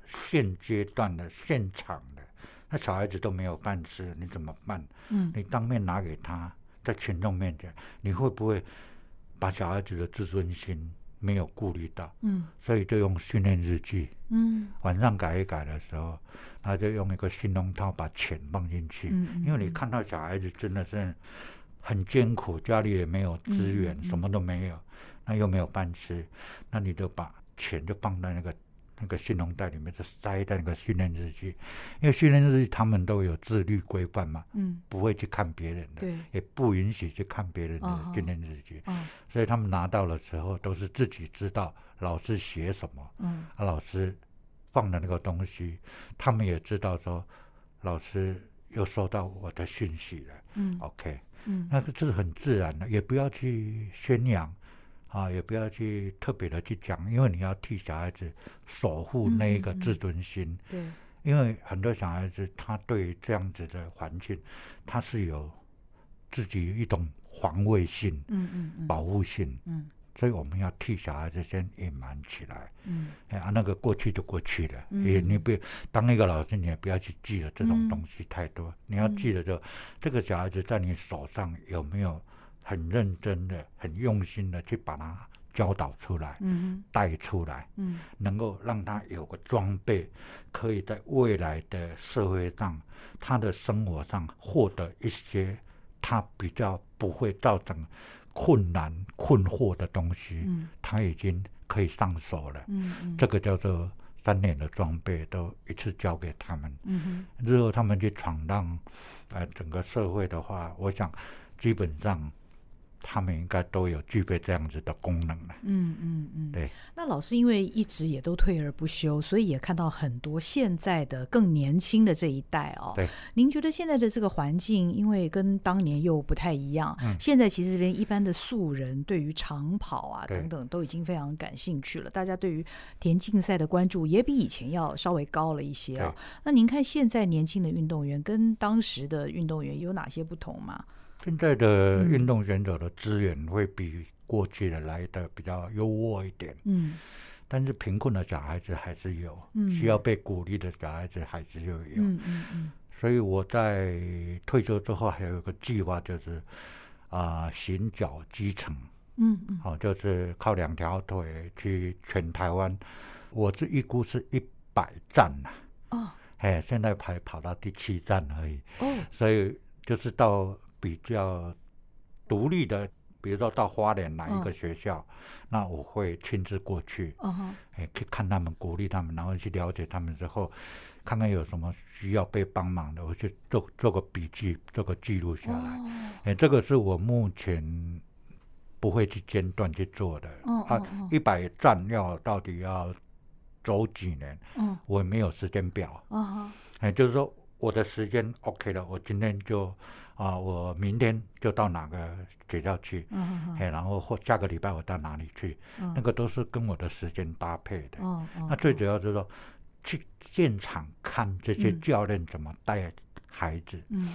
B: 现阶段的现场的，那小孩子都没有饭吃，你怎么办？
A: 嗯
B: 你当面拿给他，在群众面前，你会不会把小孩子的自尊心没有顾虑到？
A: 嗯
B: 所以就用训练日记，
A: 嗯
B: 晚上改一改的时候，他就用一个信封套把钱放进去，
A: 嗯嗯
B: 哎因为你看到小孩子真的是很艰苦，家里也没有资源，
A: 嗯嗯嗯
B: 什么都没有，那又没有饭吃，那你就把钱就放在那个那个信封袋里面，就塞在那个训练日记，因为训练日记他们都有自律规范嘛，
A: 嗯，
B: 不会去看别人的，
A: 对，
B: 也不允许去看别人
A: 哦
B: 的训练日记，
A: 哦
B: 所以他们拿到的时候都是自己知道老师写什么。
A: 嗯
B: 啊，老师放的那个东西，他们也知道说，老师又收到我的讯息了。
A: 嗯
B: OK，
A: 嗯
B: 那个是很自然的，也不要去宣扬，啊，也不要去特别的去讲，因为你要替小孩子守护那一个
A: 嗯嗯
B: 自尊心。
A: 对，
B: 因为很多小孩子他对这样子的环境，他是有自己一种防卫性、
A: 嗯嗯嗯
B: 保护性，
A: 嗯
B: 所以我们要替小孩子先隐瞒起来。
A: 嗯
B: 哎啊，那个过去就过去了，
A: 嗯
B: 也你不当一个老师，你也不要去记了这
A: 嗯
B: 种东西太多。你要
A: 嗯
B: 记得就这个小孩子在你手上有没有很认真的、很用心的去把他教导出来、
A: 嗯
B: 带出来，
A: 嗯
B: 能够让他有个装备，可以在未来的社会上、他的生活上获得一些他比较不会造成困难、困惑的东西，
A: 嗯
B: 他已经可以上手了。
A: 嗯嗯，
B: 这个叫做三年的装备都一次交给他们，
A: 嗯哼
B: 日后他们去闯荡，呃，整个社会的话，我想基本上他们应该都有具备这样子的功能啊了。
A: 嗯嗯嗯，
B: 对。
A: 那老师因为一直也都退而不休，所以也看到很多现在的更年轻的这一代哦。
B: 对。
A: 您觉得现在的这个环境，因为跟当年又不太一样，
B: 嗯
A: 现在其实连一般的素人对于长跑啊
B: 对
A: 等等都已经非常感兴趣了，大家对于田径赛的关注也比以前要稍微高了一些哦。那您看现在年轻的运动员跟当时的运动员有哪些不同吗？
B: 现在的
A: 嗯
B: 运动选手的资源会比过去的来的比较优渥一点，
A: 嗯
B: 但是贫困的小孩子还是有，
A: 嗯
B: 需要被鼓励的小孩子还是又有。
A: 嗯嗯嗯
B: 所以我在退休之后还有一个计划，就是啊、行脚基层，
A: 嗯嗯，
B: 好、就是靠两条腿去全台湾。我这一估是一百站呐、
A: 哦
B: 哎，现在才跑到第七站而已，
A: 哦，
B: 所以就是到比较独立的，比如说到花莲哪一个
A: 嗯
B: 学校，那我会亲自过去，
A: 哦吼。
B: 哎，去看他们，鼓励他们，然后去了解他们之后，看看有什么需要被帮忙的，我去做做个笔记，做个记录下来。
A: 哦
B: 哎，这个是我目前不会去间断去做的。
A: 哦
B: 啊
A: 哦哦，
B: 一百站要到底要走几年，
A: 嗯
B: 我没有时间表。
A: 啊哈，
B: 哎，就是说我的时间 OK 了，我今天就啊、我明天就到哪个学校去。
A: 嗯
B: 哎，然后或下个礼拜我到哪里去，
A: 嗯
B: 那个都是跟我的时间搭配的。
A: 哦哦，
B: 那最主要就是说，去现场看这些
A: 嗯
B: 教练怎么带孩子，
A: 嗯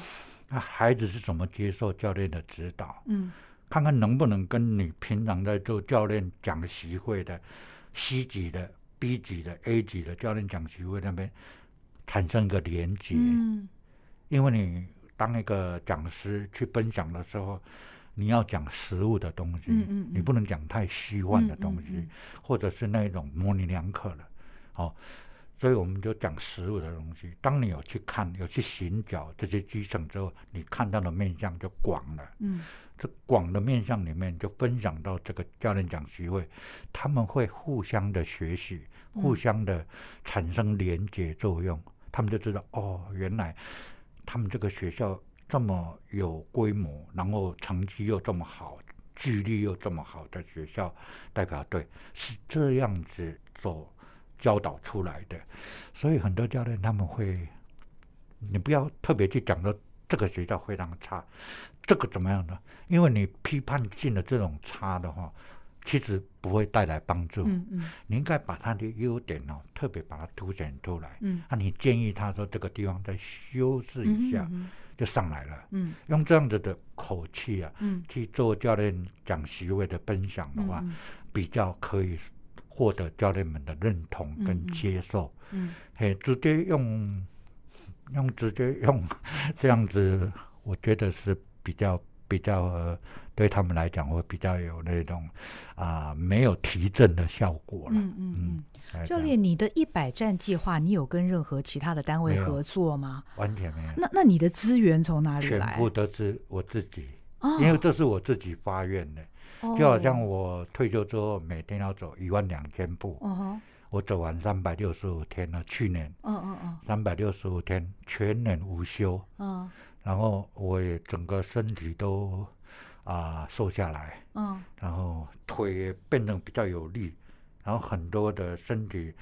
B: 那孩子是怎么接受教练的指导，
A: 嗯
B: 看看能不能跟你平常在做教练讲习会的 C 级的、B 级的、A 级的教练讲习会那边产生一个连接，
A: 嗯
B: 因为你当一个讲师去分享的时候。你要讲实物的东西，
A: 嗯嗯
B: 你
A: 嗯
B: 不能讲太虚幻的
A: 嗯
B: 东
A: 嗯
B: 西，
A: 嗯
B: 或者是那一种模棱两可的，好、所以我们就讲实物的东西。当你有去看、有去寻找这些基层之后，你看到的面相就广了。
A: 嗯
B: 这广的面相里面，就分享到这个教练讲习会，他们会互相的学习，互相的产生连结作用，他们就知道哦，原来他们这个学校这么有规模，然后成绩又这么好，纪律又这么好的学校代表队是这样子所教导出来的，所以很多教练他们会，你不要特别去讲说这个学校非常差，这个怎么样的，因为你批判性的这种差的话，其实不会带来帮助。
A: 嗯嗯
B: 你应该把他的优点哦，特别把它凸显出来。
A: 嗯，
B: 啊，你建议他说这个地方再修饰一下，就上来了。
A: 嗯
B: 用这样子的口气啊，
A: 嗯，
B: 去做教练讲席位的分享的话，比较可以获得教练们的认同
A: 嗯
B: 跟
A: 嗯
B: 接受。
A: 嗯
B: 嘿，直接用用直接用 [LAUGHS] 这样子，我觉得是比较比较、呃、对他们来讲会比较有那种啊、没有提振的效果了。
A: 嗯嗯
B: 来
A: 嗯，教
B: 讲
A: 练，你的一百站计划，你有跟任何其他的单位合作吗？
B: 完全没有，
A: 那那你的资源从哪里
B: 全
A: 来？
B: 部都是我自己，
A: 啊
B: 因为这是我自己发愿的。
A: 哦
B: 就好像我退休之后，每天要走一万两千步，
A: 哦
B: 我走完三百六十五天了。去年
A: 哦哦
B: 三百六十五天，全年无休。
A: 哦
B: 然后我也整个身体都啊、瘦下来，
A: 嗯
B: 然后腿也变得比较有力，然后很多的身体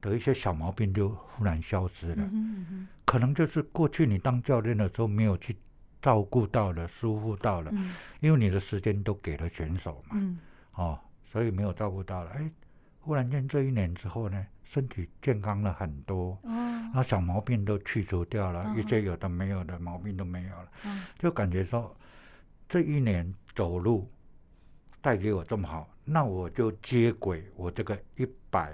B: 的一些小毛病就忽然消失了，
A: 嗯
B: 可能就是过去你当教练的时候没有去照顾到了、疏忽到了，
A: 嗯
B: 因为你的时间都给了选手嘛，
A: 嗯
B: 哦，所以没有照顾到了。哎，忽然间这一年之后呢，身体健康了很多。
A: 哦
B: 然后小毛病都去除掉了，
A: 嗯
B: 一
A: 嗯
B: 些有的没有的毛病都没有了。
A: 嗯
B: 就感觉说这一年走路带给我这么好，那我就接轨我这个一百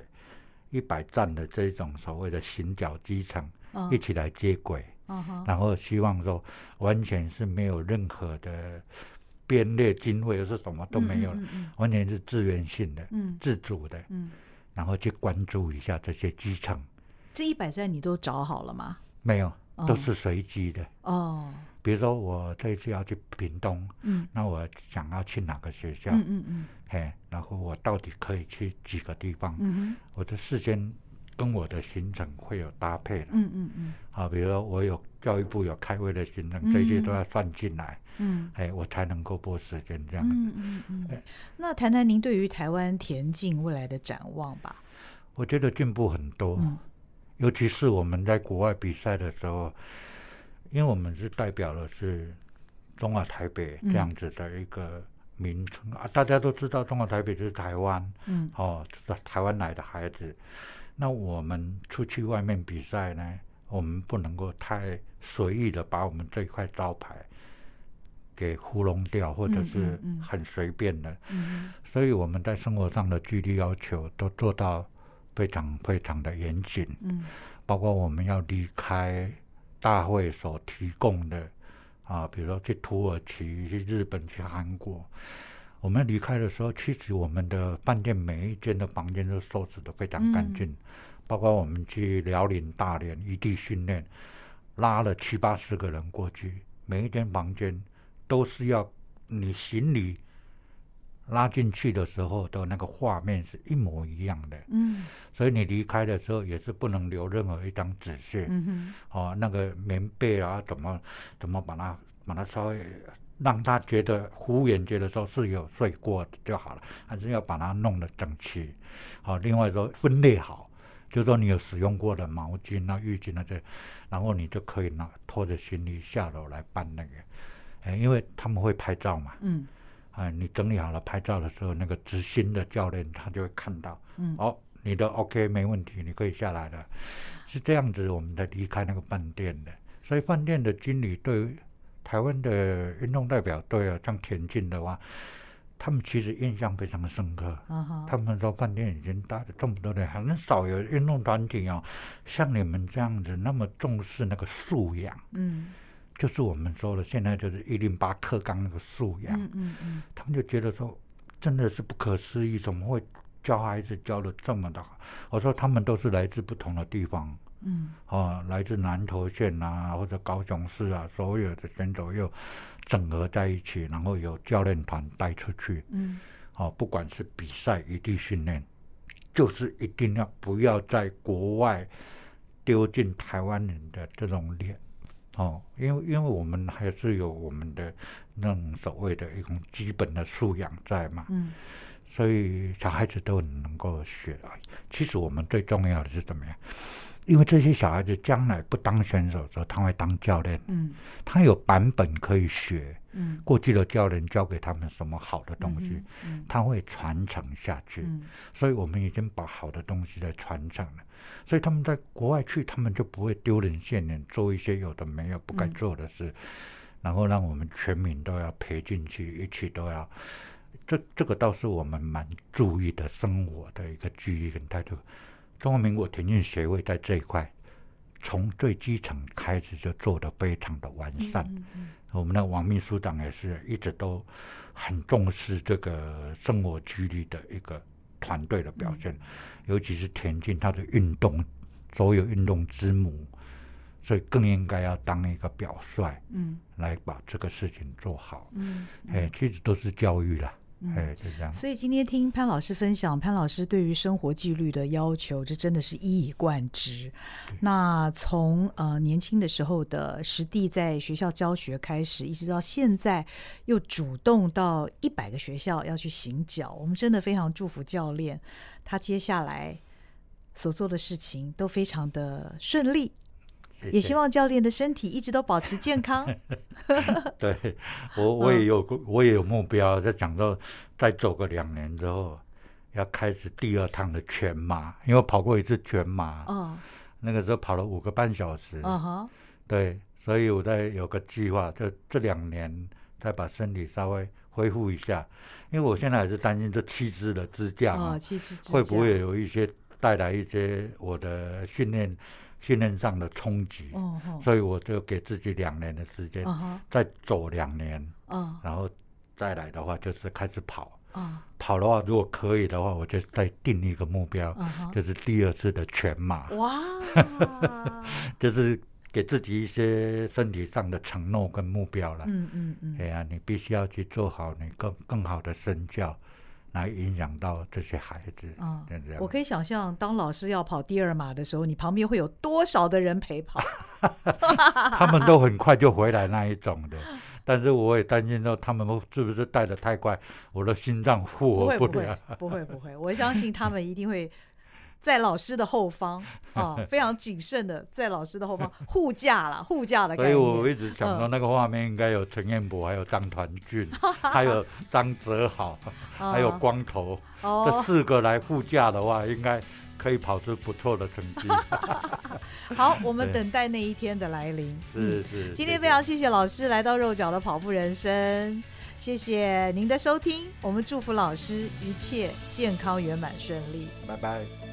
B: 一百站的这种所谓的行脚基层，
A: 嗯
B: 一起来接轨，
A: 嗯
B: 然后希望说完全是没有任何的编列经费是什么都没有了，
A: 嗯
B: 完全是自愿性的、
A: 嗯
B: 自主的，
A: 嗯，
B: 然后去关注一下这些基层，
A: 这一百站你都找好了吗？
B: 没有
A: 哦
B: 都是随机的。
A: 哦，
B: 比如说我这一次要去屏东，
A: 嗯
B: 那我想要去哪个学校？
A: 嗯嗯嗯
B: 嘿，然后我到底可以去几个地方？
A: 嗯
B: 我就事先跟我的行程会有搭配的
A: 嗯嗯嗯
B: 啊，比如说我有教育部有开会的行程，这些都要算进来，
A: 嗯
B: 哎，我才能够拨时间这样。哎
A: 嗯嗯嗯。那谈谈您对于台湾田径未来的展望吧。
B: 我觉得进步很多，
A: 嗯
B: 尤其是我们在国外比赛的时候，因为我们是代表的是中华台北
A: 嗯
B: 这样子的一个名称、啊，大家都知道中华台北就是台湾
A: 嗯
B: 哦，是台湾来的孩子。那我们出去外面比赛呢，我们不能够太随意的把我们这块招牌给糊弄掉，或者
A: 嗯
B: 是
A: 嗯嗯
B: 很随便的。
A: 嗯
B: 所以我们在生活上的距离要求都做到非常非常的严谨，
A: 嗯
B: 包括我们要离开大会所提供的啊，比如说去土耳其、去日本、去韩国，我们离开的时候，其实我们的饭店每一间的房间都收拾得非常干净，包括我们去辽宁、大连异地训练，拉了七八十个人过去，每一间房间都是要你行李拉进去的时候的那个画面是一模一样的，
A: 嗯
B: 所以你离开的时候也是不能留任何一张纸屑，
A: 嗯哼
B: 哦，那个棉被啊，怎么怎么把它把它稍微让他觉得服务员觉得说是有睡过就好了，还是要把它弄得整齐。好、另外说分类好，就说你有使用过的毛巾啊、浴巾啊这，然后你就可以拿拖着行李下楼来办那个。哎，因为他们会拍照嘛，
A: 嗯
B: 啊，你整理好了拍照的时候，那个执行的教练他就会看到，
A: 嗯
B: 哦，你的 OK 没问题，你可以下来了，是这样子我们才离开那个饭店的。所以饭店的经理对于台湾的运动代表队啊，像田径的话，他们其实印象非常深刻。
A: 啊哈
B: 他们说饭店已经大了这么多年，很少有运动团体哦，像你们这样子那么重视那个素养，
A: 嗯
B: 就是我们说的现在就是一零八课纲那个素养。
A: 嗯嗯嗯
B: 他们就觉得说，真的是不可思议，怎么会教孩子教的这么的好？我说他们都是来自不同的地方，
A: 嗯
B: 哦，来自南投县啊，或者高雄市啊，所有的选手又整合在一起，然后由教练团带出去，
A: 嗯
B: 哦，不管是比赛、异地训练，就是一定要不要在国外丢进台湾人的这种脸。哦，因为因为我们还是有我们的那种所谓的一种基本的素养在嘛，
A: 嗯
B: 所以小孩子都能够学。哎其实我们最重要的是怎么样？因为这些小孩子将来不当选手的时候，他会当教练，
A: 嗯
B: 他有版本可以学。
A: 嗯
B: 过去的教练教给他们什么好的东西，
A: 嗯
B: 他会传承下去。
A: 嗯
B: 所以我们已经把好的东西在传承了，所以他们在国外去，他们就不会丢人现眼，做一些有的没有不该
A: 嗯
B: 做的事，然后让我们全民都要赔进去，一起都要。这这个倒是我们蛮注意的生活的一个注意跟态度。中华民国田径协会在这一块，从最基层开始就做得非常的完善。
A: 嗯
B: 我们的王秘书长也是一直都很重视这个生活距离的一个团队的表
A: 嗯
B: 现，尤其是田径，它的运动所有运动之母，所以更应该要当一个表率
A: 嗯
B: 来把这个事情做好。
A: 嗯
B: 哎，其实都是教育啦，
A: 嗯
B: 哎，就这样。
A: 所以今天听潘老师分享，潘老师对于生活纪律的要求，这真的是一以贯之。那从呃年轻的时候的实地在学校教学开始，一直到现在，又主动到一百个学校要去行脚，我们真的非常祝福教练，他接下来所做的事情都非常的顺利，
B: 谢
A: 也
B: 谢
A: 希望教练的身体一直都保持健
B: [LAUGHS]
A: 康。 [LAUGHS]
B: 对我我
A: 嗯
B: 也有、我也有目标，就讲到再走个两年之后，要开始第二趟的全马，因为我跑过一次全马。
A: 哦，
B: 那个时候跑了五个半小时，
A: 嗯哼，
B: 对，所以我在有个计划，就这两年再把身体稍微恢复一下，因为我现在还是担心这七肢的支架嘛，
A: 哦，七七之
B: 啊会不
A: 家
B: 会？有一些带来一些我的训练训练上的冲击，
A: 哦哦，
B: 所以我就给自己两年的时间，
A: 嗯哼，
B: 再走两年，
A: 嗯
B: 然后再来的话就是开始跑，
A: 嗯
B: 跑的话如果可以的话，我就再定一个目标，
A: 嗯哼。
B: 就是第二次的全马。 [LAUGHS]
A: 哇，
B: 就是给自己一些身体上的承诺跟目标了。
A: 嗯嗯嗯
B: 哎呀，你必须要去做好你更更好的身教，来影响到这些孩子。
A: 嗯
B: 这样
A: 我可以想象，当老师要跑第二马的时候，你旁边会有多少的人陪跑？
B: 他
A: 啊
B: 们都很快就回来那一种的，但是我也担心说他们是不是带的太快， [LAUGHS] 我啊的心脏负
A: 不
B: 荷
A: 会，不
B: [LAUGHS] 了
A: 会。，不会，不会。我相信他们一定会在老师的后
B: [LAUGHS]
A: 方啊，非常谨慎的在老师的后方护驾啦，护驾的
B: 所
A: 概
B: 以
A: 念。
B: 我一直想
A: 嗯
B: 说，那个画面应该有陈彦博，还有张传
A: [LAUGHS]
B: 俊，还有张泽好，
A: 啊
B: 还有光头，哎这
A: 哦，
B: 四个来护驾的话，应该可以跑出不错的成
A: [LAUGHS]
B: 绩。
A: 好，我们
B: 对
A: 等待那一天的来临。嗯
B: 是是，
A: 今
B: 谢谢
A: 天非常谢谢老师来到肉脚的跑步人生，谢谢您的收听，我们祝福老师一切健康圆满顺利。
B: 拜拜。